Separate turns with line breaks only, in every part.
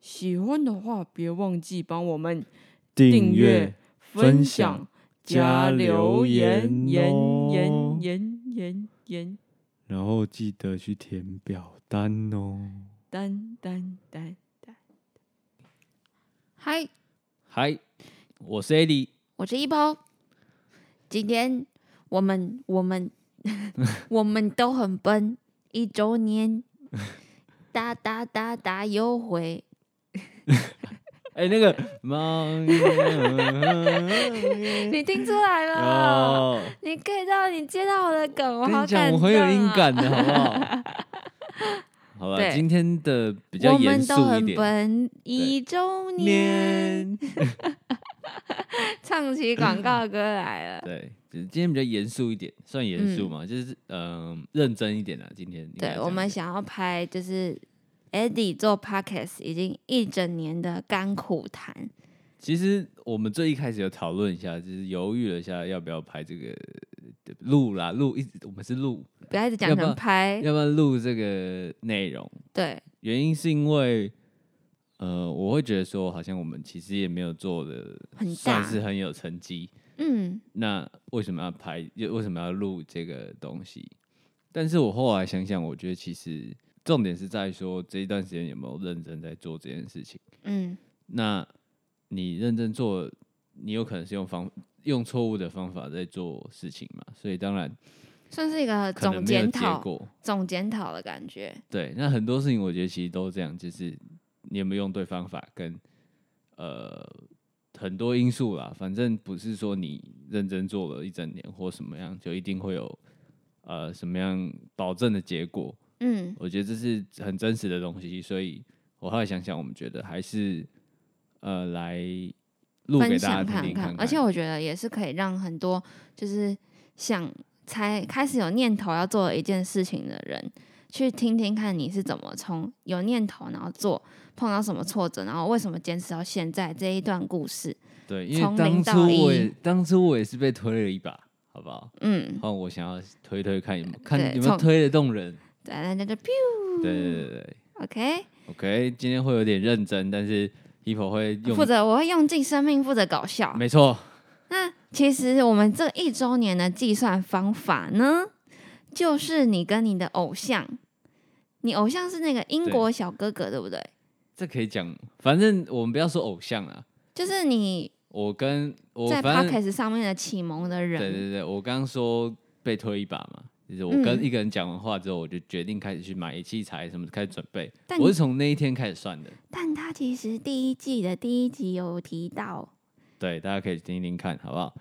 喜欢的话，别忘记帮我们
订阅、
分
分
享
享、
加
加
留
留
言、
言
言
哦
言言言言，
然后记得去填表单哦。
单单单单。
嗨，
嗨，我是 AD，
我是一包。今天我们我们 我们都很笨，一周年，打打打打优惠，
哎、那个 忙
你听出来了？
哦，
你 get 到你接到我的梗，我
跟
好
你讲，
感
我很有
动
灵
啊
感的，好不 好？好吧，
对
今天的比较
我
严
们都
肃一
很
点。
笨，一周年，
年，
唱起广告歌来了。
对，只是今天比较严肃一点，算严肃嘛，就是嗯、认真一点啦。今天应该
对，
这
我
样
们
讲
想要拍就是 Eddie 做 podcast 已经一整年的甘苦谈，
其实我们最一开始有讨论一下，就是犹豫了一下要不要拍这个呃录啦，录一直我们是录，
不要一直讲
要不
成
要
拍。
要不要录这个内容？
对，
原因是因为，呃，我会觉得说，好像我们其实也没有做的
很
算
大
是很有成绩，
嗯，
那为什么要拍？又为什么要录这个东西？但是我后来想想，我觉得其实重点是在说这一段时间有没有认真在做这件事情。
嗯，
那你认真做，你有可能是用方用错误的方法在做事情嘛，所以当然
算是一个
可能
总
没有
检
结
讨，
果。
总检讨的感觉。
对，那很多事情我觉得其实都这样，就是你有没有用对方法跟呃很多因素啦，反正不是说你认真做了一整年或什么样，就一定会有呃什么样保证的结果。
嗯，
我觉得这是很真实的东西，所以我后来想想，我们觉得还是呃来录给大家
分享
听听
看
看，
而且我觉得也是可以让很多就是想才开始有念头要做一件事情的人，去听听看你是怎么从有念头然后做，碰到什么挫折，然后为什么坚持到现在这一段故事。
对，因
从
为
零
当
到
初我
一
也当初我也是被推了一把，好不好？
嗯，
换我想要推推看有没有看
对
有没有
从
推得动人。
对，那就就 p
对对对对对
OK，
，OK，今天会有点认真，但是 Hippo 会用
负，责我会用尽生命负责搞笑。
没错，
那其实我们这一周年的计算方法呢，就是你跟你的偶像，你偶像是那个英国小哥哥，对不对？
这可以讲，反正我们不要说偶像啦，
就是你
我跟我
在
反正
podcast 上面的启蒙的
对
人，
对对，我刚刚说被推一把嘛，就是我
嗯
跟一个人讲完话之后，我就决定开始去买器材什么，开始准备，
但
我是从那一天开始算的，
但他其实第一季的第一集有提到，
对，大家可以听听看，好不好？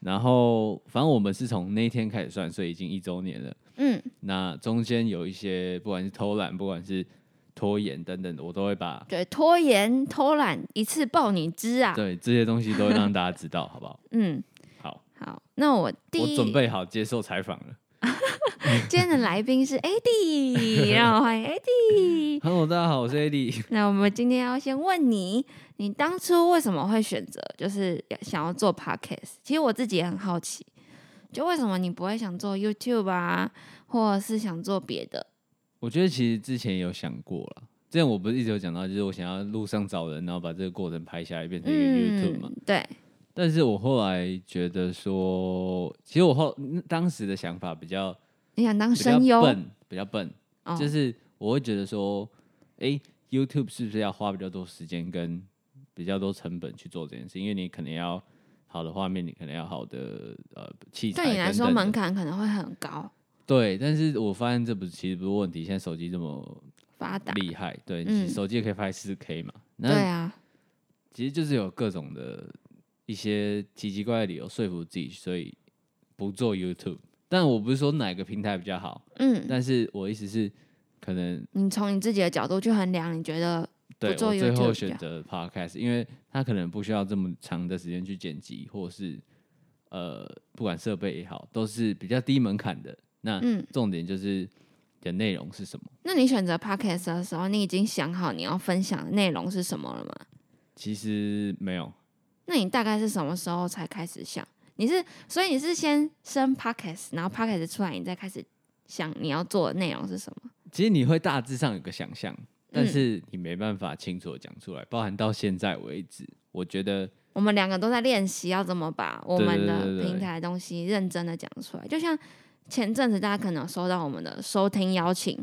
然后反正我们是从那一天开始算，所以已经一周年了。
嗯，
那中间有一些不管是偷懒，不管是拖延等等的，我都会把
对，拖延、偷懒，一次爆你知啊，
对，这些东西都会让大家知道，好 不好？
嗯，
好，
好，那我第
我
一
准备 好接受采访了。
今天的来宾是 AD，让我欢迎 AD。
Hello，大家好，我是 AD。
那我们今天要先问你，你当初为什么会选择就是想要做 podcast？其实我自己也很好奇，就为什么你不会想做 YouTube 啊，或者是想做别的？
我觉得其实之前有想过了，之前我不是一直有讲到，就是我想要路上找人，然后把这个过程拍下来，变成一个 YouTube 嘛。
嗯，对，
但是我后来觉得说，其实我后嗯当时的想法比较
你想当
比较
声优，
笨，比较笨，
哦
就是我会觉得说，诶 y o u t u b e 是不是要花比较多时间跟比较多成本去做这件事？因为你可能要好的画面，你可能要好的呃器材
对你来说
等等的
门槛可能会很高，
对，但是我发现这不是其实不是问题，现在手机这么
发达，
厉害，对，
嗯
其实手机也可以拍四 K 嘛，
对
那
啊，
其实就是有各种的一些奇奇怪怪的理由说服自己，所以不做 YouTube。但我不是说哪个平台比较好，
嗯，
但是我意思是，可能
你从你自己的角度去衡量，你觉得
对
不做
我最
YouTube
后
比较
选择 Podcast，因为它可能不需要这么长的时间去剪辑，或是呃，不管设备也好，都是比较低门槛的。那
嗯
重点就是你的内容是什么。
那你选择 podcast 的时候，你已经想好你要分享的内容是什么了吗？
其实没有，
那你大概是什么时候才开始想？你是所以你是先升 podcast，然后 podcast 出来，你再开始想你要做的内容是什么？
其实你会大致上有个想象，但
嗯
是你没办法清楚的讲出来。包含到现在为止，我觉得
我们两个都在练习要怎么把我
对
们
对
的
对对
平台的东西认真的讲出来。就像前阵子大家可能有收到我们的收听邀请，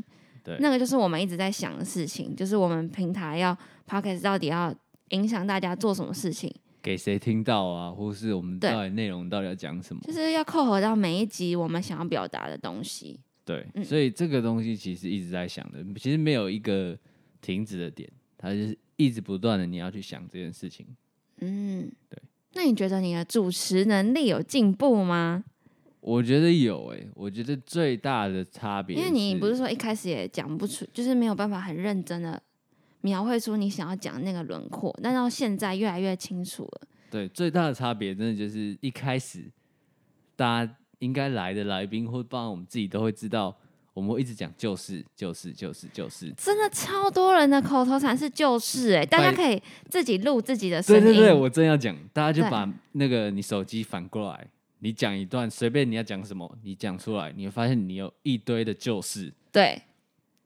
对
那个就是我们一直在想的事情，就是我们平台要 podcast 到底要影响大家做什么事情，
给谁听到啊，或是我们
对
到底内容到底要讲什么，
就是要扣合到每一集我们想要表达的东西。
对，
嗯
所以这个东西其实一直在想的，其实没有一个停止的点，它就是一直不断的你要去想这件事情。
嗯，
对。
那你觉得你的主持能力有进步吗？
我觉得有诶、我觉得最大的差别，
因为你不是说一开始也讲不出，就是没有办法很认真的描绘出你想要讲的那个轮廓，但到现在越来越清楚了。
对，最大的差别真的就是一开始大家应该来的来宾，或包括我们自己都会知道，我们会一直讲就是就是就是就是。
真的超多人的口头禅是就是哎、大家可以自己录自己的声
对
音。
对对，我正要讲，大家就
对
把那个你手机反过来，你讲一段，随便你要讲什么，你讲出来，你会发现你有一堆的就是，
对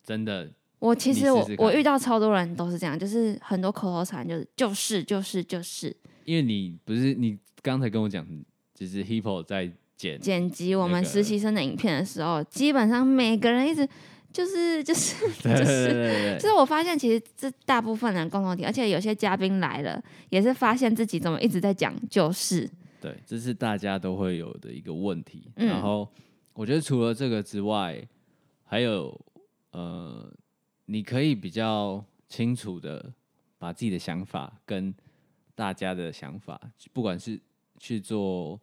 真的
我其
你
实
试
我
试看
我遇到超多人都是这样，就是很多口头禅就是就是就是就是
因为你不是你刚才跟我讲，就是 Hippo 在剪，
剪辑我
那
们
个
实习生的影片的时候，基本上每个人一直就是就是
对
就
对
是
对对
就是我发现，其实这大部分人共同体，而且有些嘉宾来了，也是发现自己怎么一直在讲就是，
对，这是大家都会有的一个问题。
嗯
然后我觉得除了这个之外，还有呃，你可以比较清楚的把自己的想法跟大家的想法，不管是去做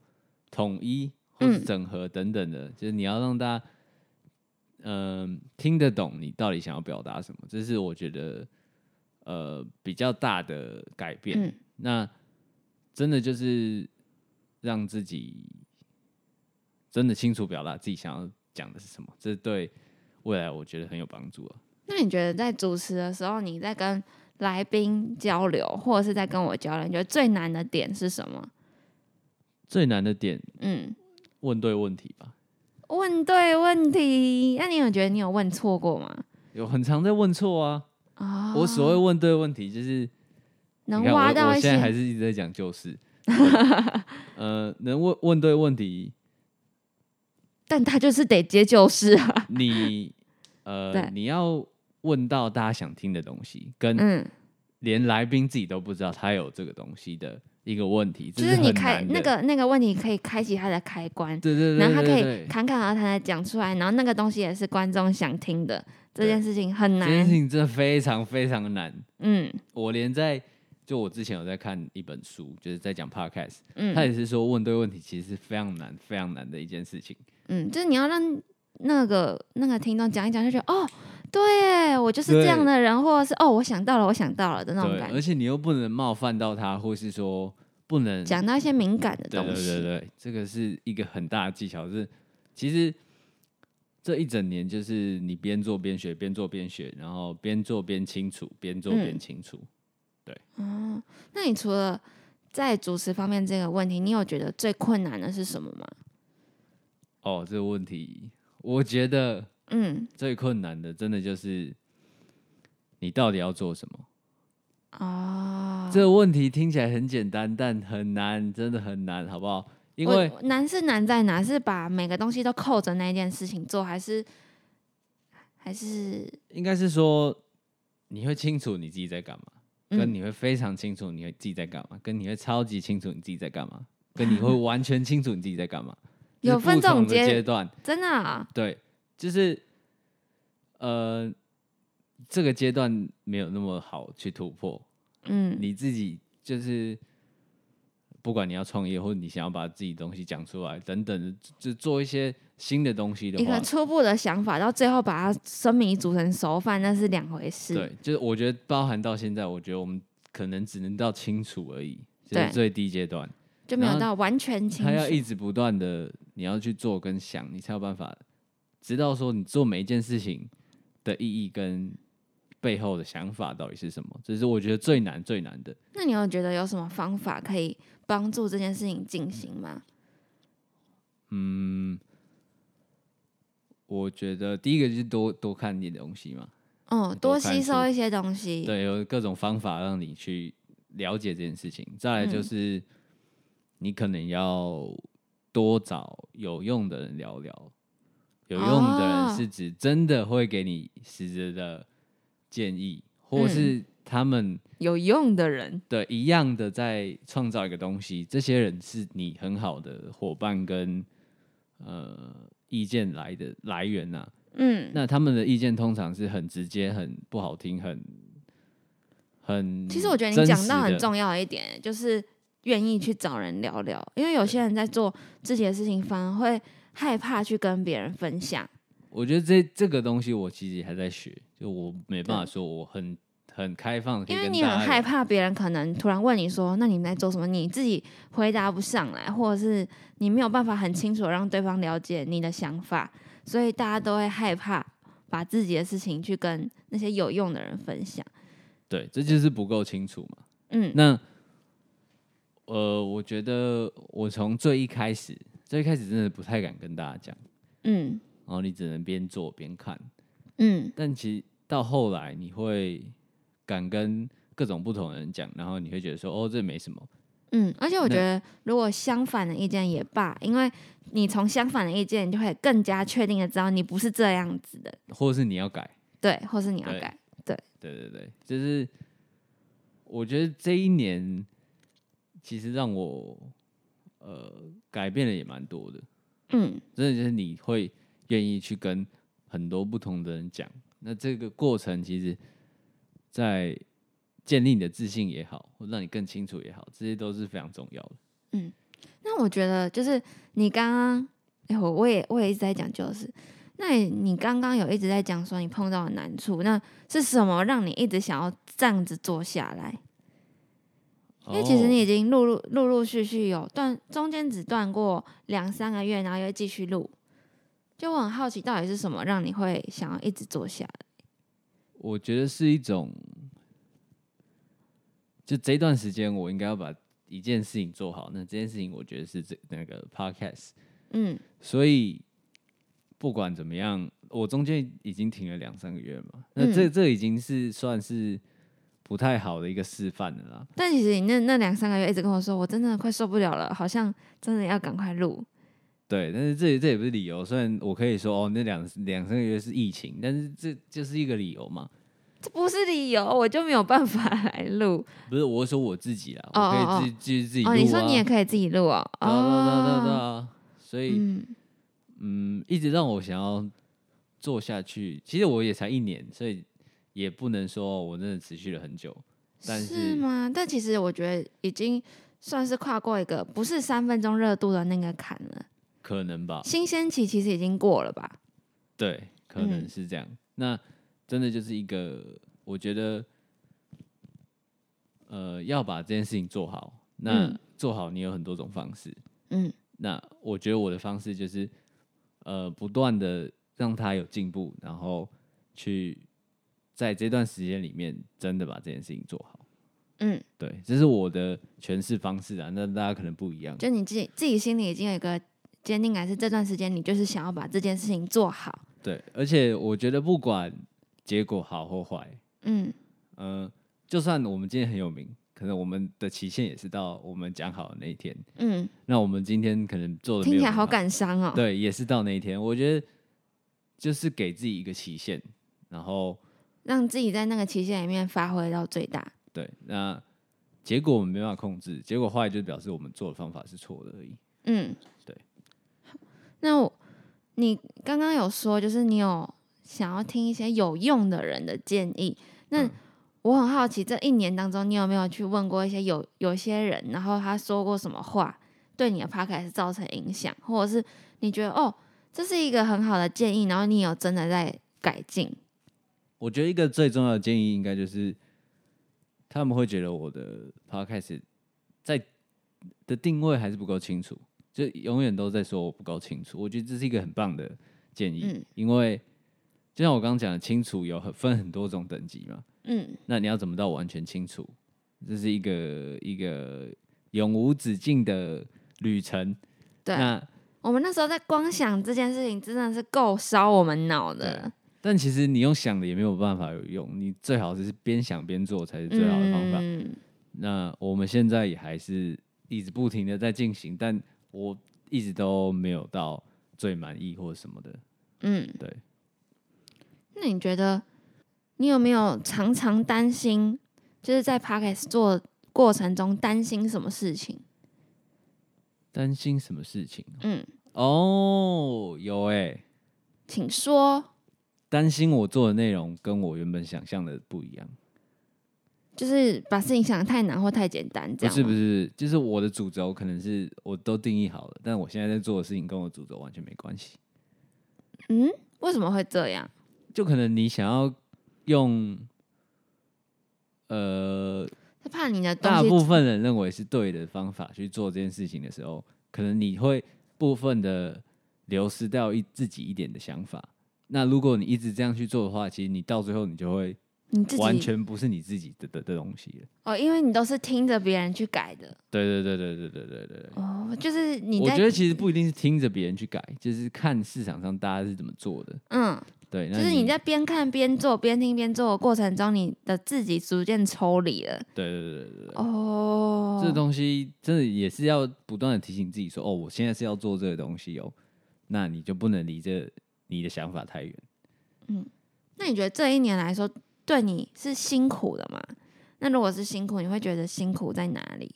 统一或是
嗯
整合等等的，就是你要让大家嗯、听得懂你到底想要表达什么，这是我觉得呃比较大的改变。
嗯
那真的就是让自己真的清楚表达自己想要讲的是什么，这对未来我觉得很有帮助啊。
那你觉得在主持的时候，你在跟来宾交流，或者是在跟我交流，你觉得最难的点是什么？
最难的点，
嗯，
问对问题吧。
问对问题。那你有觉得你有问错过吗？
有很常在问错啊！
啊、
我所谓问对问题，就是
能
你看
挖
我
到
我
一
现在还
些，
是一直在讲旧事。呃，能问问对问题，
但他就是得接就是啊。
你
对
呃你要问到大家想听的东西，跟
嗯，
连来宾自己都不知道他有这个东西的一个问题，
就
这
是
是
你
很
开
难的
那，个那个问题可以开启他的开关，
对对对，
然后他可
对
以
对
侃侃而谈的讲出来，然后那个东西也是观众想听的，这
对
件事情很
这件
难
事。情真的非常非常难。
嗯
我连在就我之前有在看一本书，就是在讲 podcast，他
嗯
也是说问对问题其实是非常难、非常难的一件事情。
嗯，就是你要让那个那个听众讲一讲，就觉得哦，对耶，我就是这样
对
的人，或者是哦，我想到了，我想到了的那种
对，
感
而
觉，
且你又不能冒犯到他，或是说不能
讲到一些敏感的
对
东
对对
西。
对，这个是一个很大的技巧。就是其实这一整年就是你边做边学，边做边学，然后边做边清楚，边做边
嗯
清楚。
哦，那你除了在主持方面这个问题，你有觉得最困难的是什么吗？
哦，这个问题，我觉得
嗯，
最困难的，真的就是你到底要做什么。
哦，
这个问题听起来很简单，但很难，真的很难，好不好？因
我
为
难是难在哪？是把每个东西都扣着那一件事情做，还是还是
应该是说，你会清楚你自己在干嘛，跟
嗯
你会非常清楚你会自己在干嘛，跟你会超级清楚你自己在干嘛，跟你会完全清楚你自己在干嘛。
有
就是
分
不
这种
同的
阶
阶段，
真的、啊？
对，就是呃，这个阶段没有那么好去突破，
嗯
你自己就是不管你要创业，或者你想要把自己东西讲出来等等的，就就做一些新的东西的
一
话
个，初步的想法，到最后把它生米煮成熟饭，那是两回事。
对，就是我觉得包含到现在，我觉得我们可能只能到清楚而已，就
对
是最低阶段，
就没有
然后
到完全清
他要
楚。
一直不断的你要去做跟想，你才有办法知道说你做每一件事情的意义跟背后的想法到底是什么，这是我觉得最难最难的。
那你有觉得有什么方法可以帮助这件事情进行吗？
嗯，我觉得第一个就是多多看一点东西嘛，
嗯，
多
多
看
吸
书
收一些东西。
对，有各种方法让你去了解这件事情。再来
嗯
就是，你可能要多找有用的人聊聊。有用的
哦
人是指真的会给你实质的建议，或
嗯
是他们
有用的人，
的一样的在创造一个东西。这些人是你很好的伙伴跟呃意见来的来源呐、
嗯，
那他们的意见通常是很直接、很不好听、很很。
其实我觉得你讲到很，重要一点，就是愿意去找人聊聊，
嗯
因为有些人在做自己的事情，反而会害怕去跟别人分享。
我觉得这这个东西我其实还在学，就我没办法说我很很开放，可以
因为
跟
你
大
很
家
害
聊
怕别人可能突然问你说：“那你们在做什么？”你自己回答不上来，或者是你没有办法很清楚地让对方了解你的想法，所以大家都会害怕把自己的事情去跟那些有用的人分享。
对，这就是不够清楚嘛。
嗯
那呃，我觉得我从最一开始，最一开始真的不太敢跟大家讲，
嗯
然后你只能边做边看。
嗯
但其实到后来，你会敢跟各种不同的人讲，然后你会觉得说，哦，这没什么。
嗯，而且我
那
觉得如果相反的意见也罢，因为你从相反的意见，你就会更加确定的知道你不是这样子的，
或者是你要改。
对，或是你要
对
改。
对对对，就是我觉得这一年其实让我呃改变了也蛮多的，
嗯
真的就是你会愿意去跟很多不同的人讲，那这个过程其实，在建立你的自信也好，或让你更清楚也好，这些都是非常重要的。
那我觉得就是你刚刚，哎、我我也我也一直在讲，就是，那你你刚刚有一直在讲说你碰到的难处，那是什么让你一直想要这样子做下来？因为其实
哦
你已经陆陆陆陆续续有断，中间只断过两三个月，然后又继续录，就我很好奇到底是什么让你会想要一直做下来？
我觉得是一种，就这段时间我应该要把一件事情做好。那这件事情，我觉得是这那个 podcast，
嗯
所以不管怎么样，我中间已经停了两三个月嘛。
嗯
那这、这已经是算是不太好的一个示范了啦。
但其实你那那两三个月一直跟我说，我真的快受不了了，好像真的要赶快录。
对，但是这这也不是理由。虽然我可以说哦，那两两三个月是疫情，但是这就是一个理由嘛。
这不是理由，我就没有办法来 录。
不是，我是说我自己啦，
哦
我
哦
可以自己自己自己录啊。
哦，你说你也可以自己录哦。
对啊对啊对啊对
哦，
啊，所以。
嗯
嗯，一直让我想要做下去。其实我也才一年，所以也不能说我真的持续了很久。但
是吗？但其实我觉得已经算是跨过一个不是三分钟热度的那个坎了。
可能吧，
新鲜期其实已经过了吧？
对，可能
嗯
是这样。那真的就是一个，我觉得，呃，要把这件事情做好。那
嗯
做好，你有很多种方式。
嗯
那我觉得我的方式就是，呃，不断的让他有进步，然后去在这段时间里面，真的把这件事情做好。
嗯，
对，这是我的诠释方式啊，那大家可能不一样。
就你自己自己心里已经有一个坚定感，是这段时间你就是想要把这件事情做好。
对，而且我觉得不管结果好或坏，
嗯
嗯、就算我们今天很有名，可能我们的期限也是到我们讲好的那一天。
嗯，
那我们今天可能做的
听起来好感伤哦。
对，也是到那一天。我觉得就是给自己一个期限，然后
让自己在那个期限里面发挥到最大。
对，那结果我们没办法控制，结果坏就表示我们做的方法是错的而已。
嗯，
对。
那我，你刚刚有说，就是你有想要听一些有用的人的建议。那
嗯
我很好奇，这一年当中，你有没有去问过一些有有些人，然后他说过什么话，对你的 podcast 造成影响，或者是你觉得哦，这是一个很好的建议，然后你有真的在改进？
我觉得一个最重要的建议应该就是，他们会觉得我的 podcast 在的定位还是不够清楚，就永远都在说我不够清楚。我觉得这是一个很棒的建议，
嗯
因为就像我刚刚讲的，清楚有很分很多种等级嘛，
嗯
那你要怎么到完全清楚？这是一个一个永无止境的旅程。
对
那
我们那时候在光想这件事情，真的是够烧我们脑的。
但其实你用想的也没有办法有用，你最好是边想边做才是最好的方法。
嗯、
那我们现在也还是一直不停的在进行，但我一直都没有到最满意或什么的。
嗯，
对。
那你觉得，你有没有常常担心，就是在 podcast 做过程中担心什么事情？
担心什么事情？
嗯，
哦，有哎、
请说，
担心我做的内容跟我原本想象的不一样。
就是把事情想得太难或太简单，这
不
样
是
吗
不是，就是我的主轴可能是我都定义好了，但我现在在做的事情跟我主轴完全没关系。
嗯，为什么会这样？
就可能你想要用，呃，
是怕你的东
大部
西，
分人认为是对的方法去做这件事情的时候，可能你会部分的流失掉一自己一点的想法。那如果你一直这样去做的话，其实你到最后你就会
你自
完
己
全不是你自己的的的东西了。
哦，因为你都是听着别人去改的
对对对对对对对对对。
哦，就是你
我
在
觉得其实不一定是听着别人去改，就是看市场上大家是怎么做的。
嗯，
对，
就
那
是你在边看边做、边听边做的过程中，你的自己逐渐抽离了
对对对对对，
哦。
这东西真的也是要不断的提醒自己说，哦，我现在是要做这个东西哦，那你就不能离这你的想法太远。
那你觉得这一年来说，对你是辛苦的吗？那如果是辛苦，你会觉得辛苦在哪里？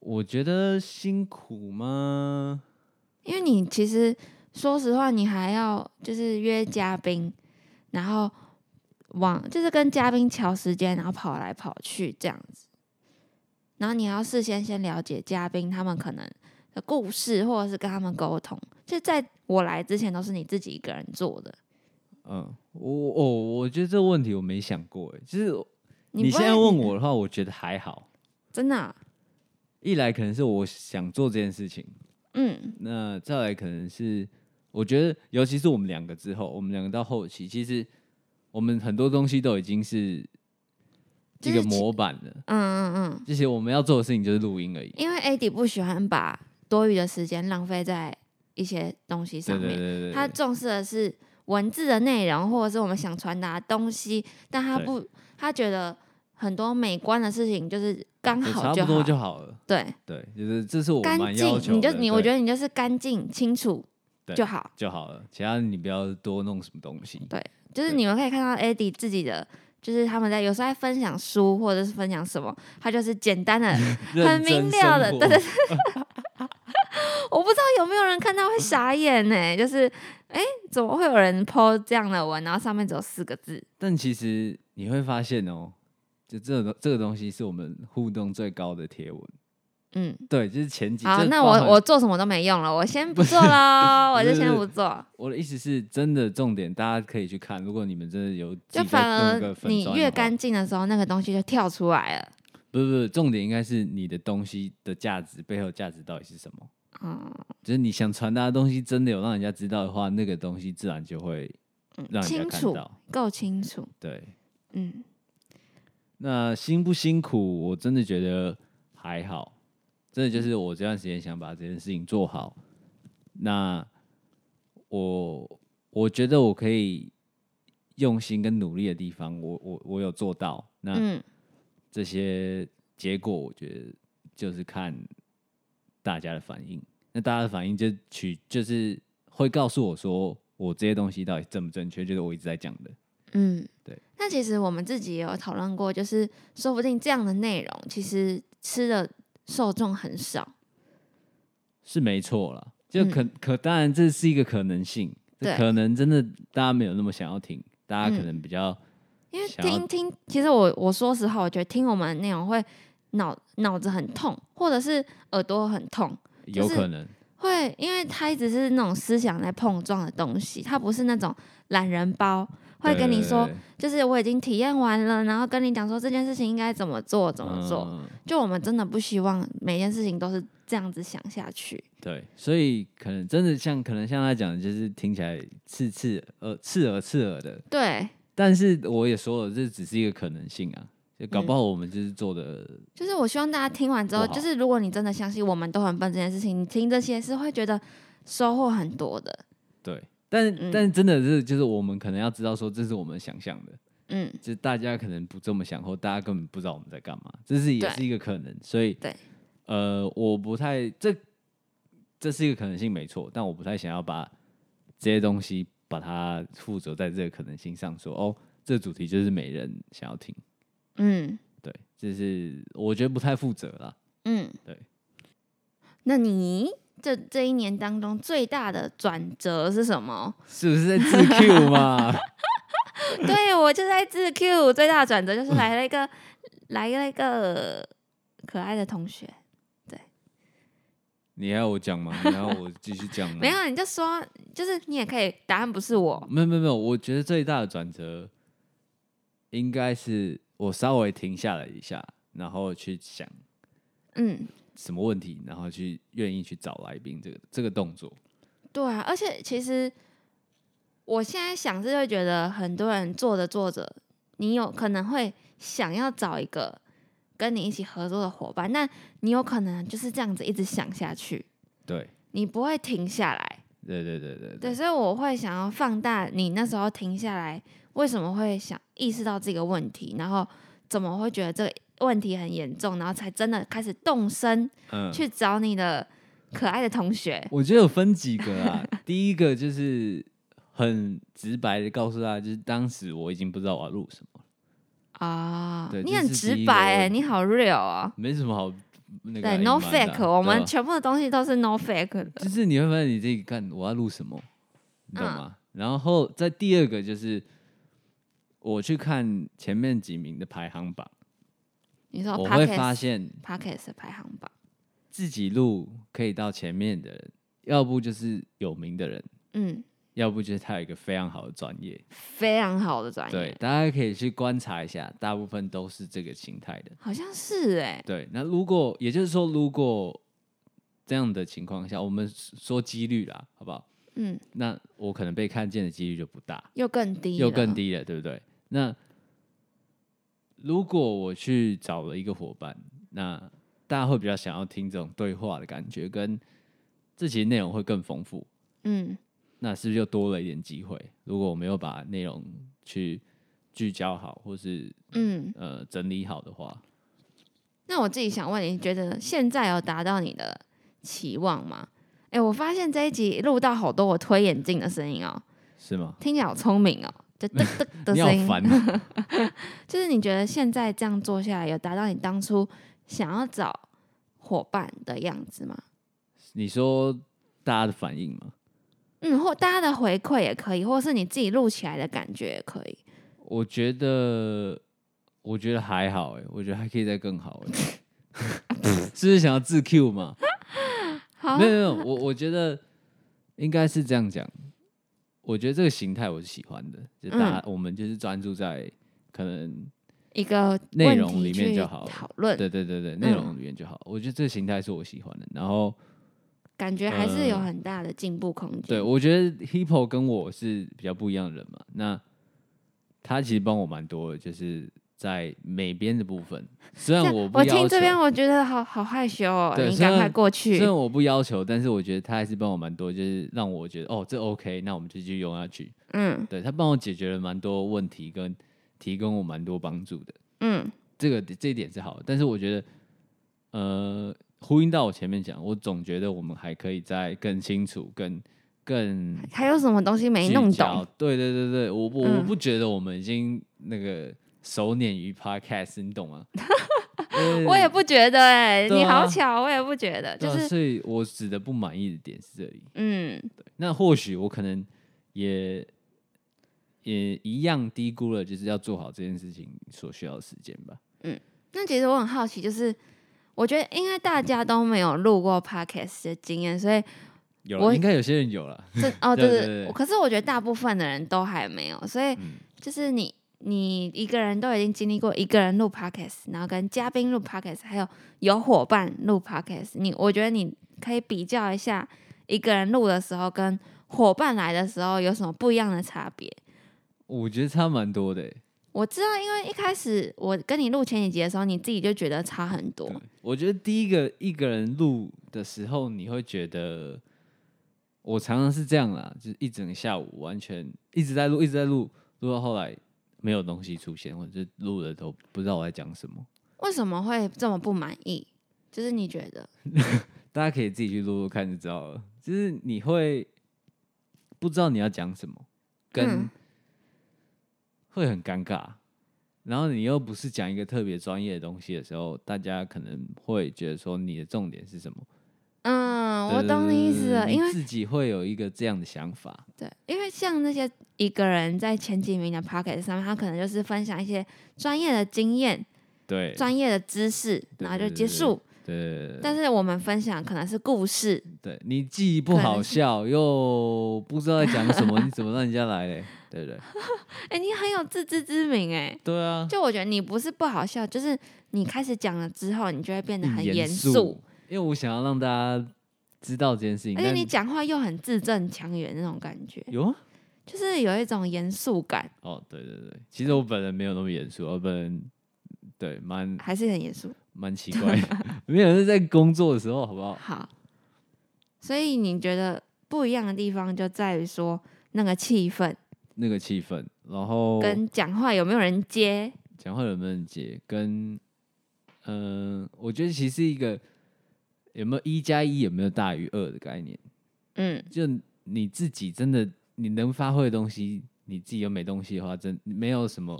我觉得辛苦吗？
因为你其实说实话，你还要就是约嘉宾，然后往就是跟嘉宾调时间，然后跑来跑去这样子，然后你还要事先先了解嘉宾他们可能的故事，或者是跟他们沟通。就在我来之前，都是你自己一个人做的。
嗯，我哦，我觉得这个问题我没想过，哎，就是你
不
现
会
在问我的话，我觉得还好。
真的啊、
一来可能是我想做这件事情，
嗯
那再来可能是，我觉得尤其是我们两个之后，我们两个到后期，其实我们很多东西都已经是
就
一
是
个
其
模板了。
嗯嗯嗯，
这些我们要做的事情就是录音而已。
因为 AD 不喜欢把多余的时间浪费在一些东西上
对
面
对，对对，
他
对
重视的是文字的内容，或者是我们想传达的东西，但他
对
不，他觉得很多美观的事情就是刚
就
好
差
就
不多
好，
就好了。
对，
对，就是这是我
干
蛮要求
净，
的。
你就你，我觉
得
得你就是干净清楚
对
就好。
就好了，其他你不要多弄什么东西。
就是
对
你们可以看到 Eddie 自己的，就是他们在有时候在分享书或者是分享什么，他就是简单的很
认
明
真
了
生活
的对对我不知道有没有人看到会傻眼呢、就是哎、诶怎么会有人 po 这样的文，然后上面只有四个字？
但其实你会发现哦，就这个这个东西是我们互动最高的贴文。
嗯，
对，就是前几。
好，
这
那
包含
我我做什么都没用了，我先不做喽，我
不
就是先
不
不
是
做。
我的意思是，真的重点大家可以去看。如果你们真的有自
就
己在
反
弄
而
个粉
你
砖的
越
话
干，净的时候，那个东西就跳出来了。
不是不是，重点应该是你的东西的价值背后价值到底是什么。
嗯，
就是你想传达的东西，真的有让人家知道的话，那个东西自然就会嗯让人
清
家看
楚
到。，
够清楚。
对，
嗯，
那辛不辛苦，我真的觉得还好。真的就是我这段时间想把这件事情做好。那我我觉得我可以用心跟努力的地方，我我我有做到。那、
嗯，
这些结果，我觉得就是看大家的反应。那大家的反应就取就是会告诉我说，我这些东西到底正不正确，就是我一直在讲的。
嗯，
对。
那其实我们自己也有讨论过，就是说不定这样的内容，其实吃的受众很少。
是没错啦。就可、可当然这是一个可能性，这
嗯对
可能真的大家没有那么想要听，大家可
嗯
能比较、
因为
想要
听听，其实我我说实话，我觉得听我们的内容会脑脑子很痛，或者是耳朵很痛，
有可能，
会，因为它一直是那种思想在碰撞的东西，它不是那种懒人包，会
对
跟你说，
对对对
就是我已经体验完了，然后跟你讲说这件事情应该怎么做怎么做。
嗯
就我们真的不希望每件事情都是这样子想下去。
对，所以可能真的像可能像他讲的，就是听起来刺呃刺耳、刺耳、刺耳的，
对，
但是我也说了，这只是一个可能性啊。就
嗯
搞不好我们就是做的，
就是我希望大家听完之后，
不好
就是如果你真的相信我们都很笨这件事情，你听这些是会觉得收获很多的。
对。但
嗯
但真的是就是我们可能要知道说这是我们想象的，
嗯，
就大家可能不这么想，或大家根本不知道我们在干嘛，这是也
对
是一个可能。所以，
对，
呃，我不太这这是一个可能性没错，但我不太想要把这些东西把它附着在这个可能性上说哦，这主题就是没人想要听。
嗯
对，就是我觉得不太负责啦。
嗯，
对。
那你这这一年当中最大的转折是什么？
是不是在自 Q 嘛？
对我就在自 Q 最大的转折就是来了一个 来了一个可爱的同学，
你要我讲吗？你要我继续讲吗？
没有你就说，就是你也可以，答案不是我，
哦没有没有没有，我觉得最大的转折应该是我稍微停下来一下，然后去想
嗯，
什么问题，然后去愿意去找来宾这个这个动作。
对啊，而且其实我现在想是会觉得很多人做着做着，你有可能会想要找一个跟你一起合作的伙伴，那你有可能就是这样子一直想下去，
对
你不会停下来。
对对对对
对，所以我会想要放大你那时候停下来，为什么会想意识到这个问题，然后怎么会觉得这个问题很严重，然后才真的开始动身
嗯，
去找你的可爱的同学。
我觉得有分几个啊。第一个就是很直白的告诉大家，就是当时我已经不知道我要录什么了，
啊、
对
你
这
很
是第
直
一
白
个
欸、
问
你好 real 哦。
没什么好那个
对
隐
，no
瞒的啊
fake，我
对啊
们全部的东西都是 no fake 的。
就是你会发现你自己干我要录什么，
嗯
你懂吗？然后在第二个就是我去看前面几名的排行榜，
你说
我
p
会
o d
发
c
现
p o d c a s t 排行榜，
自己录可以到前面的人，要不就是有名的人，
嗯，
要不就是他有一个非常好的专业。
非常好的专
对
业，，
大家可以去观察一下，大部分都是这个形态的。
好像是哎、
对，那如果也就是说，如果这样的情况下，我们说几率啦，好不好？
嗯，
那我可能被看见的几率就不大。
又更低，
又更，低了，对不对？那如果我去找了一个伙伴，那大家会比较想要听这种对话的感觉，跟这其实内容会更丰富，
嗯
那是不是就多了一点机会？如果我没有把内容去聚焦好，或是
嗯。
呃整理好的话，
那我自己想问你，觉得现在有达到你的期望吗？哎、我发现这一集录到好多我推眼镜的声音哦，
是吗？
听起来好聪明哦，就 嘚嘚的
你好
声音。
烦
就是你觉得现在这样做下来，有达到你当初想要找伙伴的样子吗？
你说大家的反应吗？
嗯，或大家的回馈也可以，或是你自己录起来的感觉也可以。
我觉得，我觉得还好哎、我觉得还可以再更好、欸。 是不是想要自 Q 嘛？
好啊
没，有没有，我我觉得应该是这样讲。我觉得这个形态我是喜欢的，就大
嗯
家、我们就是专注在可能
一个
内
问
容
题
里面
去
就好了
讨论，
对对对对内容里面就好。我觉得这个形态是我喜欢的。然后
感觉还是有
呃
很大的进步空间。
对我觉得 Hippo 跟我是比较不一样的人嘛，那他其实帮我蛮多的，就是在美编的部分，虽
这
然
样
我不
我
要
听这
求
边，我觉得好好害羞哦，
对
你
虽
赶
然
快过去
虽。然我不要求，但是我觉得他还是帮我蛮多，就是让我觉得哦这 OK，那我们就继续用下去。
嗯
对他帮我解决了蛮多问题，跟提供我蛮多帮助的，
嗯
这个这一点是好的。但是我觉得，呃，呼应到我前面讲，我总觉得我们还可以再更清楚、更更，
还有什么东西没弄
聚焦
懂？。
对对对对，我不我
嗯
不觉得我们已经那个手捻于 podcast，你懂 吗？因为
我也不觉得哎、
对啊
你好巧，我也不觉得，
对
就
啊
是
所以我指的不满意的点是这里。
嗯
那或许我可能也也一样低估了，就是要做好这件事情所需要的时间吧。
那其实我很好奇，就是我觉得应该大家都没有录过 podcast 的经验，所以
有
我
了，应该有些人有了。
这哦
对
对
对嗯对
可是我觉得大部分的人都还没有，所以就是你你一个人都已经经历过一个人录 podcast，然后跟嘉宾录 podcast，还有有伙伴录 podcast，你我觉得你可以比较一下一个人录的时候跟伙伴来的时候有什么不一样的差别。
我觉得差蛮多的欸、
我知道，因为一开始我跟你录前几集的时候，你自己就觉得差很多。
我觉得第一个一个人录的时候，你会觉得，我常常是这样啦，就是一整个下午完全一直在录，一直在录，录到后来没有东西出现，或者是录了都不知道我在讲什么。
为什么会这么不满意？就是你觉得，
大家可以自己去录录看就知道了。就是你会不知道你要讲什么，跟
嗯
会很尴尬。然后你又不是讲一个特别专业的东西的时候，大家可能会觉得说你的重点是什么？
嗯，我
对
懂你意思了，
对
因
你
为
自己会有一个这样的想法。
对，因为像那些一个人在前几名的 pocket 上面，他可能就是分享一些专业的经验、
对，
专业的知识，
对
然后就
对对
结束。
对
但是我们分享可能是故事，
对，你既不
可能
好
是
笑又不知道在讲什么，你怎么让人家来嘞？对不对？
哎、你很有自知之明哎。
对啊，
就我觉得你不是不好笑，就是你开始讲了之后，你就会变嗯得很严
严
肃，，
因为我想要让大家知道这件事情。
而且
但
你讲话又很字正腔圆那种感觉，
有啊？
就是有一种严肃感，
哦，对对对，其实我本人没有那么严肃，我本人对蛮
还是很严肃。
蛮奇怪的， 没有是在工作的时候，好不好？
好，所以你觉得不一样的地方就在于说那个气氛
那个气氛，然后
跟讲话有没有人接，
讲话能不能接，跟嗯、呃我觉得其实一个有没有一加一有没有大于二的概念。
嗯，
就你自己真的你能发挥的东西，你自己又没东西的话，真没有什么。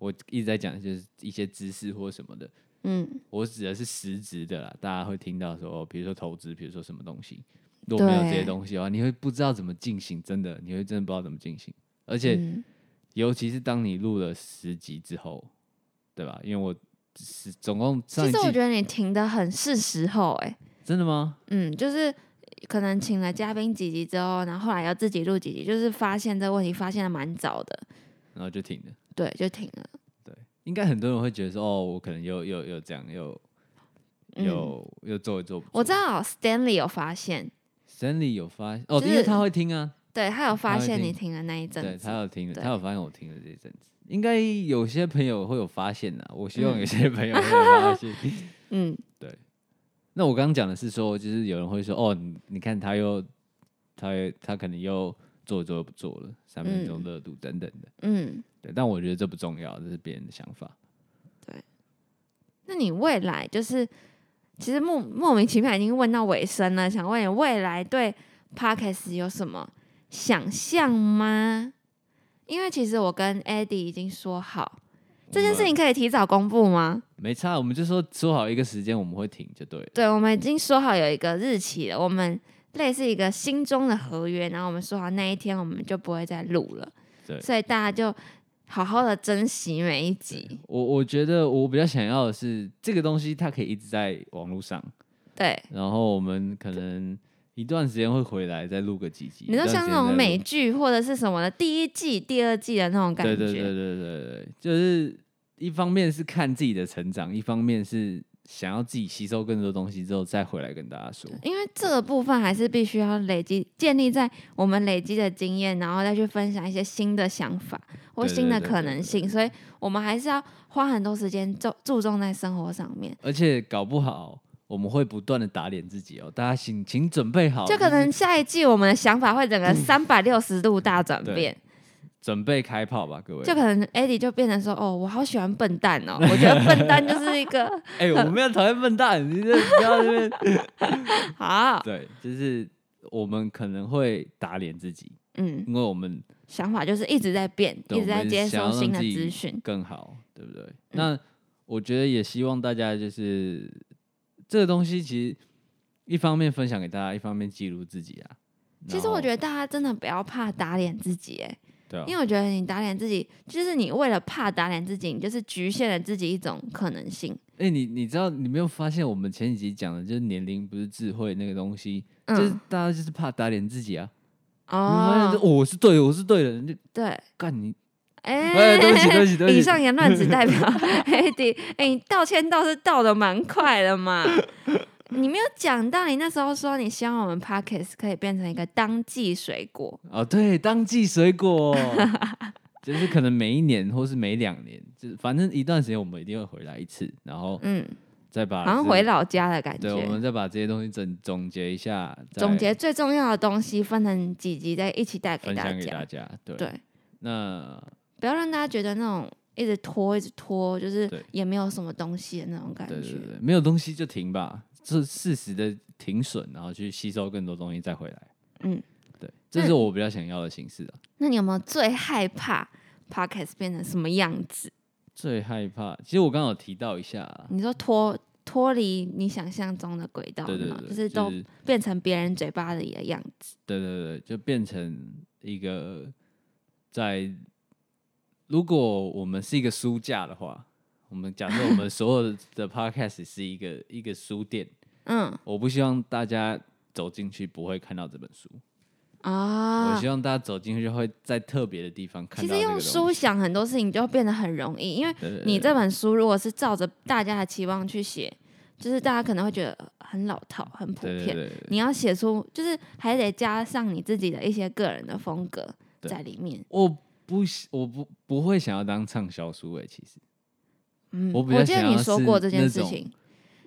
我一直在讲就是一些知识或什么的，
嗯，
我指的是实质的啦。大家会听到说，比如说投资，比如说什么东西，如果没有这些
对
东西的话，你会不知道怎么进行，真的，你会真的不知道怎么进行。而且，
嗯
尤其是当你录了十集之后，对吧？因为我是总共上
其
一
实我
季
觉得你停的很是时候、欸，哎，
真的吗？
嗯，就是可能请了嘉宾几集之后，然后后来要自己录几集，就是发现这个问题发现的蛮早的，
然后就停了。
对，就停了。
应该很多人会觉得说，哦，我可能又又又这样又
嗯
有有做一做不做。
我知道 Stanley 有发现，
Stanley 有发哦，
就是
因为他会听啊，
对他有发
他会
现
听
你停的那一阵
对
子
他，有听，
对
他有发现我听了这一阵子，应该有些朋友会有发现呐、啊我希望
嗯
有些朋友会有发 现。
嗯，
那我刚刚讲的是说，就是有人会说，哦，你你看他又，他又他可能又做做不做了，三分钟
嗯
热度等等的，
嗯，
对，但我觉得这不重要，这是别人的想法。
那你未来就是，其实莫莫名其妙已经问到尾声了，想问你未来对 Podcast 有什么想象吗？因为其实我跟 Eddie 已经说好，这件事情可以提早公布吗？
没差，我们就说说好一个时间我们会停就对了。
对，我们已经说好有一个日期了，我们类似一个心中的合约，然后我们说好那一天我们就不会再录了，
对
所以大家就好好的珍惜每一集，
我我觉得我比较想要的是这个东西，它可以一直在网络上，
对。
然后我们可能一段时间会回来再录个几集。
你说
一段时间
像那种
再录
美剧或者是什么的第一季、第二季的那种感
对
觉，
对对对对对对，就是一方面是看自己的成长，一方面是想要自己吸收更多东西之后再回来跟大家说。
因为这个部分还是必须要累积，建立在我们累积的经验，然后再去分享一些新的想法或
对对
新的
对对
可能
对
性，所以我们还是要花很多时间注注重在生活上面。
而且搞不好我们会不断的打脸自己哦，大家请请准备好，嗯
就可能下一季我们的想法会整个三百六十 度大转变，
准备开炮吧，各位。
就可能 Eddie 就变成说：“哦，我好喜欢笨蛋哦，我觉得笨蛋就是一个
哎、我没有讨厌笨蛋，你这不要这边。
好，
对，就是我们可能会打脸自己，
嗯，
因为我们
想法就是一直在变，
对
一直在接
我
收
们想要
新的
让自己
资讯。
更好，对不对？
嗯
那我觉得也希望大家就是这个东西，其实一方面分享给大家，一方面记录自己啊。
其实我觉
得，
得大家真的不要怕打脸自己，哎，
对啊，
因为我觉得你打脸自己，就是你为了怕打脸自己，你就是局限了自己一种可能性。
哎、你你知道，你没有发现我们前几集讲的就是年龄不是智慧那个东西，就是
嗯，
大家就是怕打脸自己啊。你会发现就
哦，
哦，我是对的，我是对的，你就
对，
干你
哎
哎对不起对不起对不起
以上言论只代 表 Eddie。哎，你道歉倒是道的蛮快的嘛。你没有讲到，你那时候说你希望我们 Pockets 可以变成一个当季水果，
哦，对，当季水果，就是可能每一年或是每两年，就是反正一段时间我们一定会回来一次，然后
嗯，
再把
好像
这
回老家的感
啊对，我
觉。
们再把这些东西整总结一下，再
总结最重要的东西分成几集，再一起带给
分
大
享给
家
大。家。对，
对，
那
不要让大家觉得那种一直拖一直拖，就是
对
也没有什么东西的那种感
对对
觉。
对，没有东西就停吧，是适时的停损，然后去吸收更多东西再回来。
嗯，
对，这是我比较想要的形式啊。
那你有没有最害怕 podcast 变成什么样子？
最害怕，其实我刚刚有提到一下啊，
你说脱脱离你想象中的轨道
对对
吗
对，
就是都
对
变成别人嘴巴里的样子。
对对，就变成一个在如果我们是一个书架的话，我们假设我 们所有的 podcast 是一个一个书店，
嗯
我不希望大家走进去不会看到这本书，我
啊
希，望大家走进去会在特别的地方看
其
到
实
那个
用
东西。
书想很多事情就变得很容易，因为
对对对
你这本书如果是照着大家的期望去写，就是大家可能会觉得呃很老套、很普
对对
遍。
对对，
你要写出，就是还得加上你自己的一些个人的风格
对
在里面。
我不喜我不不会想要当畅销书诶、其实
嗯，
我比较
我记得
想
你
要
说
是
过这件
那
事
种
情，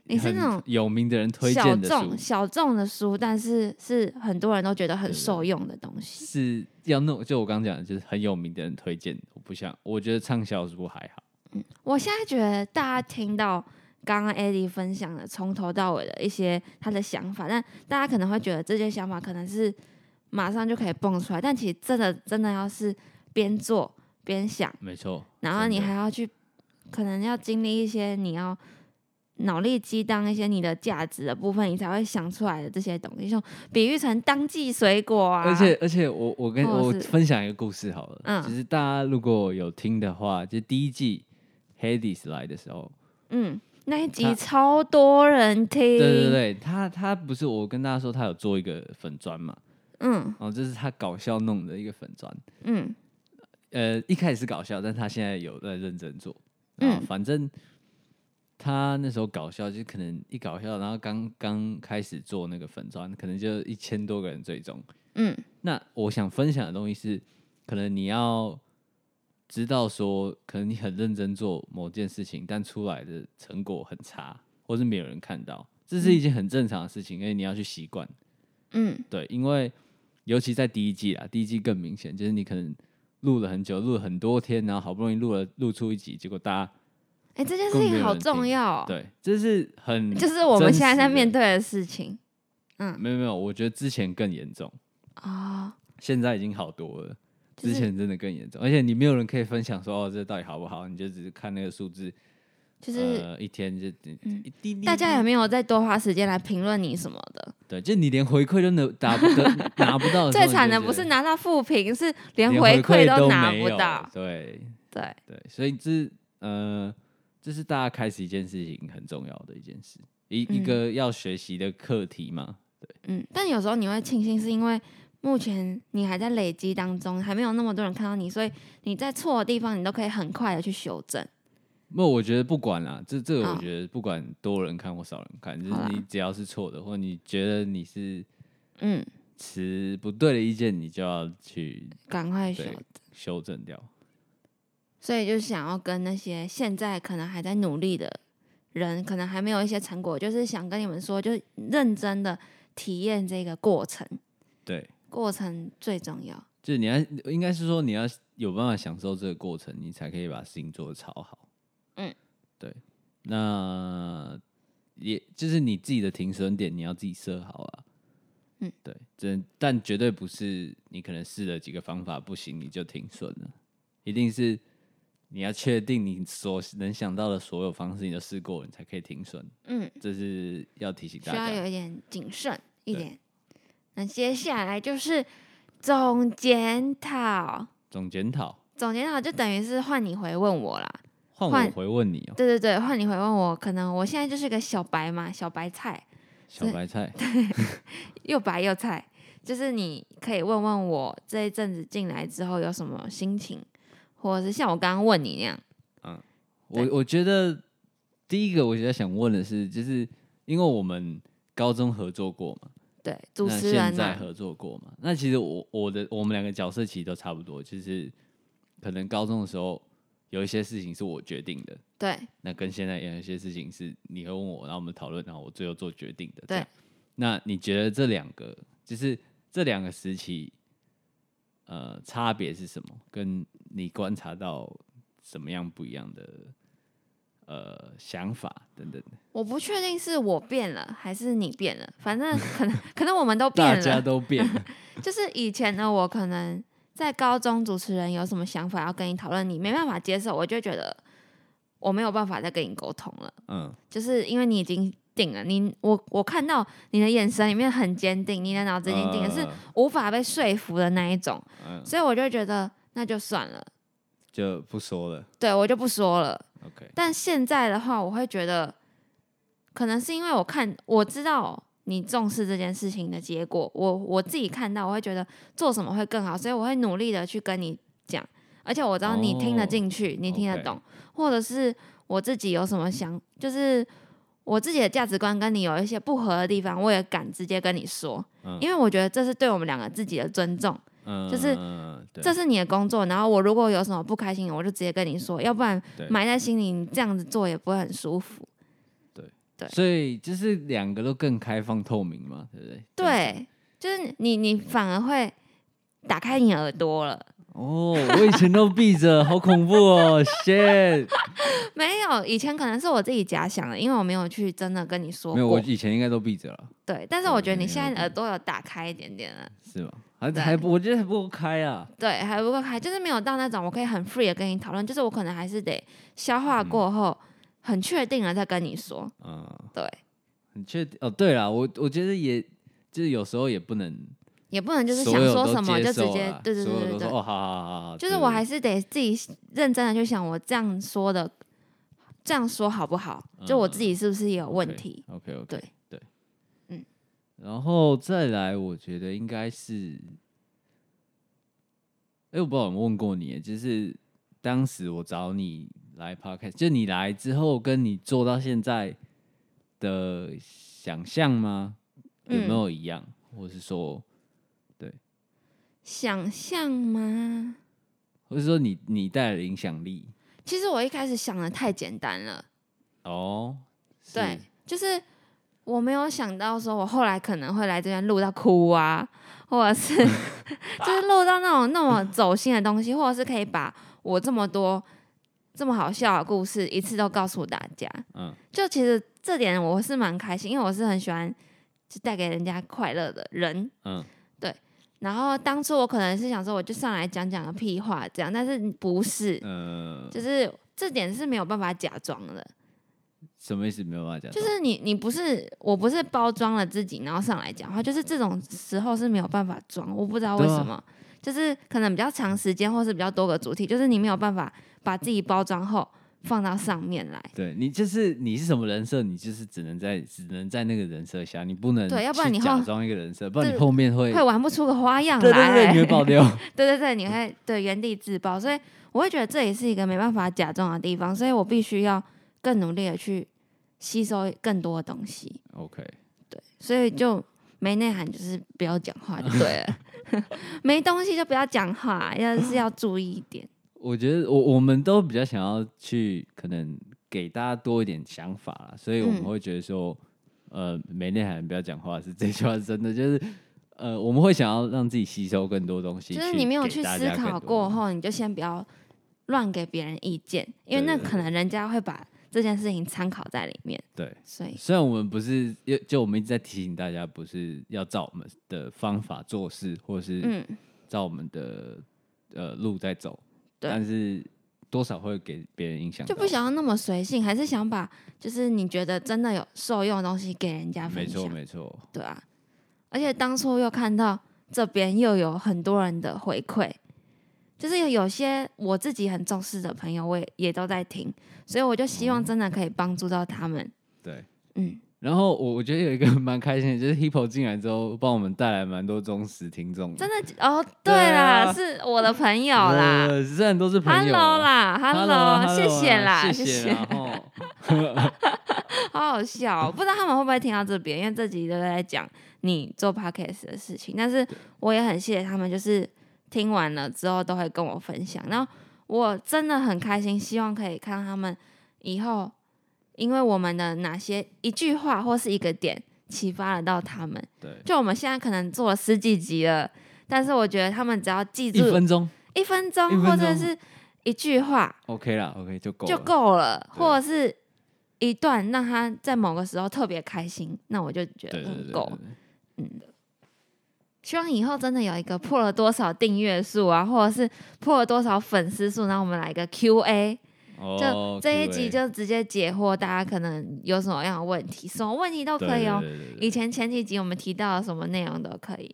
你是那
很
种
有名的人推
小
荐的
众
书，
小众的书，但是是很多人都觉得很
对对
受用的东西。
是要弄就我刚刚讲的，就是很有名的人推荐，我不想，我觉得畅销书还好。
我现在觉得大家听到刚刚 Eddie 分享的从头到尾的一些他的想法，但大家可能会觉得这些想法可能是马上就可以蹦出来，但其实真的真的要是边做边想，
没错，
然后你
真的
还要去，可能要经历一些你要脑力激荡一些你的价值的部分，你才会想出来的这些东西，就比喻成当季水果啊，
而且而且我我跟
或
我
哦者是
分享一个故事好了，
嗯
就是大家如果有听的话，就第一季 Hades 来的时候，
嗯，那一集
他
超多人听，
对对，对，他他不是我跟大家说他有做一个粉砖嘛，
嗯
然后这是他搞笑弄的一个粉砖，
嗯
呃，一开始是搞笑，但他现在有在认真做。嗯，
嗯
反正他那时候搞笑，就可能一搞笑，然后刚刚开始做那个粉砖，可能就一千多个人追踪。
嗯
那我想分享的东西是，可能你要知道说，可能你很认真做某件事情，但出来的成果很差，或是没有人看到，这是一件很正常的事情，因为你要去习惯。
嗯
对，因为尤其在第一季啦，第一季更明显，就是你可能录了很久，录了很多天，然后好不容易录了录出一集，结果大家、
哎、这件事
更没
情
有
好
人
重
听
要、哦，，
对，这是很
就是我们现在在面
对，
对的事情。嗯
没有没有，我觉得之前更严重，
啊、
现在已经好多了。
就是
之前真的更严重，而且你没有人可以分享说哦，这到底好不好？你就只是看那个数字，
就是
呃一天就
嗯
一滴滴
大家也没有再多花时间来评论你什么的。
对，就你连回馈都拿打不得拿不 到时候，
最
你就
惨的
觉
不
得
是拿到负评，是连
连
回
馈
馈都拿
没
不
有
到。
对，
对，
对，所以这呃，这是大家开始一件事情很重要的一件事，一、一
嗯
个要学习的课题嘛。
嗯，但有时候你会庆幸，是因为目前你还在累积当中，还没有那么多人看到你，所以你在错的地方，你都可以很快的去修正。
那我觉得不管啦，这这个
哦
我觉得不管多人看或少人看，就
好啦
是你只要是错的，或你觉得你是
嗯，
持不对的意见，你就要去
赶快修
对修正掉。
所以就想要跟那些现在可能还在努力的人，可能还没有一些成果，就是想跟你们说，就认真的体验这个过程，
对，
过程最重要。
就是你要应该是说你要有办法享受这个过程，你才可以把事情做得超好。
嗯，
对。那也就是你自己的停损点，你要自己设好啊。
嗯，
对，真但绝对不是你可能试了几个方法不行你就停损了，一定是你要确定你所能想到的所有方式你都试过了，你才可以停损。
嗯，
这是要提醒大
需要有
家。
一点谨慎一
对
点。那接下来就是总检讨，
总检讨，
总检讨就等于是换你回问我啦。
换
换
我回问你哦、
对对对，换你回问我，可能我现在就是个小白嘛，小白菜。
小白菜。
又白又菜，就是你可以问问我这一阵子进来之后有什么心情，或者是像我刚刚问你那样，
我我觉得第一个我觉得想问的是，就是因为我们高中合作过嘛，
对，主
那
持
现
人
在
啊，
合作过嘛，那其实我我的我们两个角色其实都差不多，就是可能高中的时候有一些事情是我决定的，
对
那跟现在有一些事情是你会问我，然后我们讨论，然后我最后做决定的。这
对
样，那你觉得这两个就是这两个时期，呃，差别是什么？跟你观察到什么样不一样的呃想法等等的？
我不确定是我变了还是你变了，反正 可能可能我们都
大
变
家
了。
都变 了，
就是以前的我可能在高中主持人有什么想法要跟你讨论，你没办法接受，我就会觉得我没有办法再跟你沟通了，
嗯，
就是因为你已经定了，你我我看到你的眼神里面很坚定，你的脑子已经定了，是
呃
无法被说服的那一种，
嗯，
所以我就觉得那就算了，
就不说了。
对我就不说了。
OK，
但现在的话，我会觉得，可能是因为我看我知道你重视这件事情的结果，我我自己看到，我会觉得做什么会更好，所以我会努力的去跟你讲，而且我知道你听得进去，你听得
哦 OK
懂或者是我自己有什么想，就是我自己的价值观跟你有一些不合的地方，我也敢直接跟你说，
嗯
因为我觉得这是对我们两个自己的尊重。
嗯，
就是
嗯对
这是你的工作，然后我如果有什么不开心的，我就直接跟你说，要不然
对
埋在心里，你这样子做也不会很舒服。对
所以就是两个都更开放透明嘛，对不对？
对，就是你你反而会打开你耳朵了。
哦，我以前都闭着，好恐怖 哦！shit，
没有，以前可能是我自己假想的，因为我没有去真的跟你说
没有，我
过。
以前应该都闭着了，
对，但是我觉得你现在
没
的
有
耳朵有打开一点点了，
是吗？还
对
还不，我觉得还不够开啊。
对，还不够开，就是没有到那种我可以很 free 的跟你讨论，就是我可能还是得消化过后，很确定了再跟你说。
嗯，
对，
很确定哦。对了，我我觉得也就是有时候也不能，
也不能就是想
所有
说
都
什么就
接
直
受
接
啦，
对对
所
对
有
对
都
对
说。哦，好好好好，
就是
对
我还是得自己认真的去想，我这样说的，这样说好不好？就我自己是不是也有问题？。
嗯 OK OK，
对
对，
嗯，
然后再来，我觉得应该是，哎、我不知道有没有问过你，就是当时我找你来 podcast，就你来之后跟你做到现在的想象吗？有没
嗯
有一样，或是说，
想象吗？
或是说你你带来的影响力？
其实我一开始想的太简单了，
哦，是
对，就是我没有想到说我后来可能会来这边录到哭啊，或 者是就是录到那种那么走心的东西，或者是可以把我这么多这么好笑的故事一次都告诉大家。
嗯，
就其实这点我是蛮开心，因为我是很喜欢就带给人家快乐的人。
嗯，
然后当初我可能是想说，我就上来讲讲个屁话这样，但是不是，
呃，
就是这点是没有办法假装的。
嗯什么意思？没有办法讲
就
懂，
是你，你不是我不是包装了自己，然后上来讲话，就是这种时候是没有办法装，我不知道为
对啊
什么，就是可能比较长时间，或是比较多个主题，就是你没有办法把自己包装后放到上面来。
对你就是你是什么人设，你就是只能在只能在那个人设下，你不能
对要不然
去
你后
假装一个人设，不然你
对
后面会
会玩不出个花样来，
对对对，你会爆 掉。
对对对，你
嗯
会对原地自爆，所以我会觉得这也是一个没办法假装的地方，所以我必须要更努力的去吸收更多的东西，
OK，
所以就没内涵就是不要讲 话就对 了，没东西就不要讲话，要是要注意一 点。
我觉得我我们都比较想要去可能给大家多一点想法啦，所以我们
嗯
会觉得说，呃，没内涵不要讲话是这句话是真的，就是呃，我们会想要让自己吸收更多东西，
就是你没有去思考过
后，
后，你就先不要乱给别人意见，因为那
对对对
可能人家会把这件事情参考在里面，
对。
所以
虽然我们不是，就就我们一直在提醒大家，不是要照我们的方法做事，或是
嗯，
照我们的呃路在走，
对
但是多少会给别人影响到，
就不想要那么随性，还是想把就是你觉得真的有受用的东西给人家
没
分
错
享，
没错，
对啊。而且当初又看到这边又有很多人的回馈，就是有有些我自己很重视的朋友，我也也都在听，所以我就希
哦
望真的可以帮助到他们。
对。
嗯，
然后我我觉得有一个 蛮开心的，就是 Hippo 进来之后，帮我们带来蛮多忠实听众，
真的哦，
对
对啦，
啊
是我的朋友啦
呃虽然都是朋友
Hello
啊。
啦
Hello，Hello 啊
谢谢啦，
谢
谢
谢啦。吼
好好笑哦、不知道他们会不会听到这边，因为这集都在讲你做 podcast 的事情。但是我也很谢谢他们，就是听完了之后都会跟我分享。然后我真的很开心，希望可以看到他们以后，因为我们的哪些一句话或是一个点启发了到他们。
对，
就我们现在可能做了十几集了，但是我觉得他们只要记住
一分钟
一分钟
一分钟
或者是一句话
OK 啦，OK 就够了
就够了，
对
或者是一段让他在某个时候特别开心，那我就觉
对对
得
对
嗯
对
够。
对
希望以后真的有一个破了多少订阅数啊，或者是破了多少粉丝数，然后我们来一个 Q&A，就、
哦
这一
Q&A
集就直接解惑大家可能有什么样的问题，什么问题都可以哦。
对对对对对
以前前几集我们提到的什么内容都可以，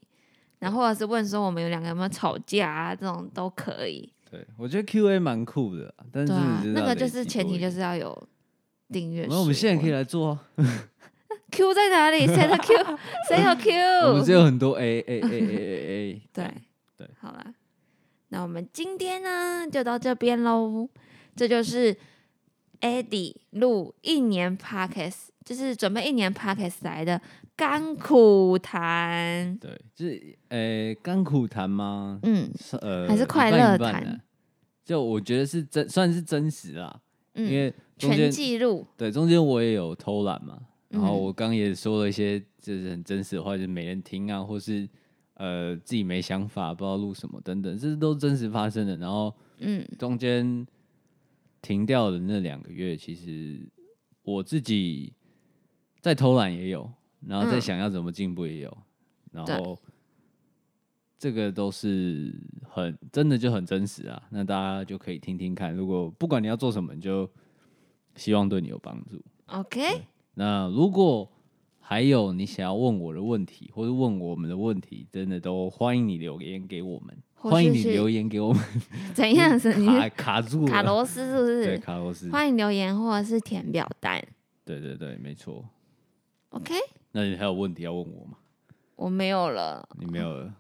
然后或者是问说我们有两个有没有吵架啊，这种都可以。
对，我觉得 Q&A 蛮酷的，但是
对啊
你，知道
那个
得
就是
记
前
多
提
一
就
点
是要有订阅数。
那我们现在可以来做啊，
Q 在 哪里？谁的 Q？谁有 Q？
我们只有很多 A A A A A A，
对
对，
好啦，那我们今天呢就到这边喽。这就是 Eddie 录一年 Podcast，就是准备一年 Podcast 来的甘苦谈。
对，就是呃，甘苦谈吗？
嗯
是呃，
还是快
一半
乐
一半
谈
啊？就我觉得是真，算是真实啦，因
嗯，
为中
全
间
记录。
对中间我也有偷懒嘛，然后
嗯
我刚也说了一些就是很真实的话，就是没人听啊，或是呃自己没想法，不知道录什么等等，这都真实发生的。然后
嗯
中间停掉的那两个月，其实我自己在偷懒也有，然后在
嗯
想要怎么进步也有，然
对
后这个都是很真的就很真实啊。那大家就可以听听看，如果不管你要做什么，你就希望对你有帮助。
，OK，
那如果还有你想要问我的问题，或者问我们的问题，真的都欢迎你留言给我们，
或
欢迎
是
你
是
留言给我们。
怎样是你
卡卡住了
卡螺丝是不
对
是？
卡罗斯，
欢迎留言或者是填表单。
对对对，没错。
OK，
那你还有问题要问我吗？
我没有了，
你没有了，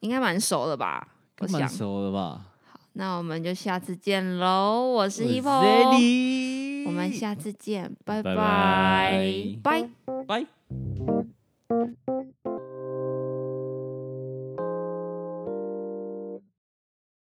应该蛮熟的吧？我
蛮
想，
熟了吧？
那我们就下次见喽。我是
我
h i p o
Zaddy
我们下次见，拜
拜
拜
拜
拜。
拜。